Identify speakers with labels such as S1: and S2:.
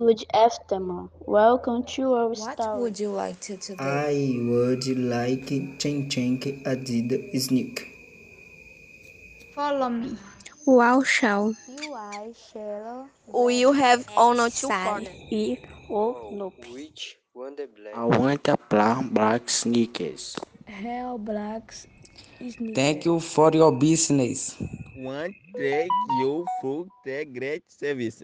S1: Good afternoon. Welcome to our
S2: What
S1: story.
S2: would you like to today?
S3: I would like Cheng Cheng Adidas Sneak.
S4: Follow me.
S5: Wow, shall
S1: You are shallow.
S5: we have only two
S1: Side
S5: corners?
S1: big or
S6: Oh,
S1: nope.
S6: Which one the black?
S7: I want a plain black sneakers.
S8: Hell blacks
S9: Thank
S8: sneaker.
S9: you for your business.
S10: One, thank you for the great service.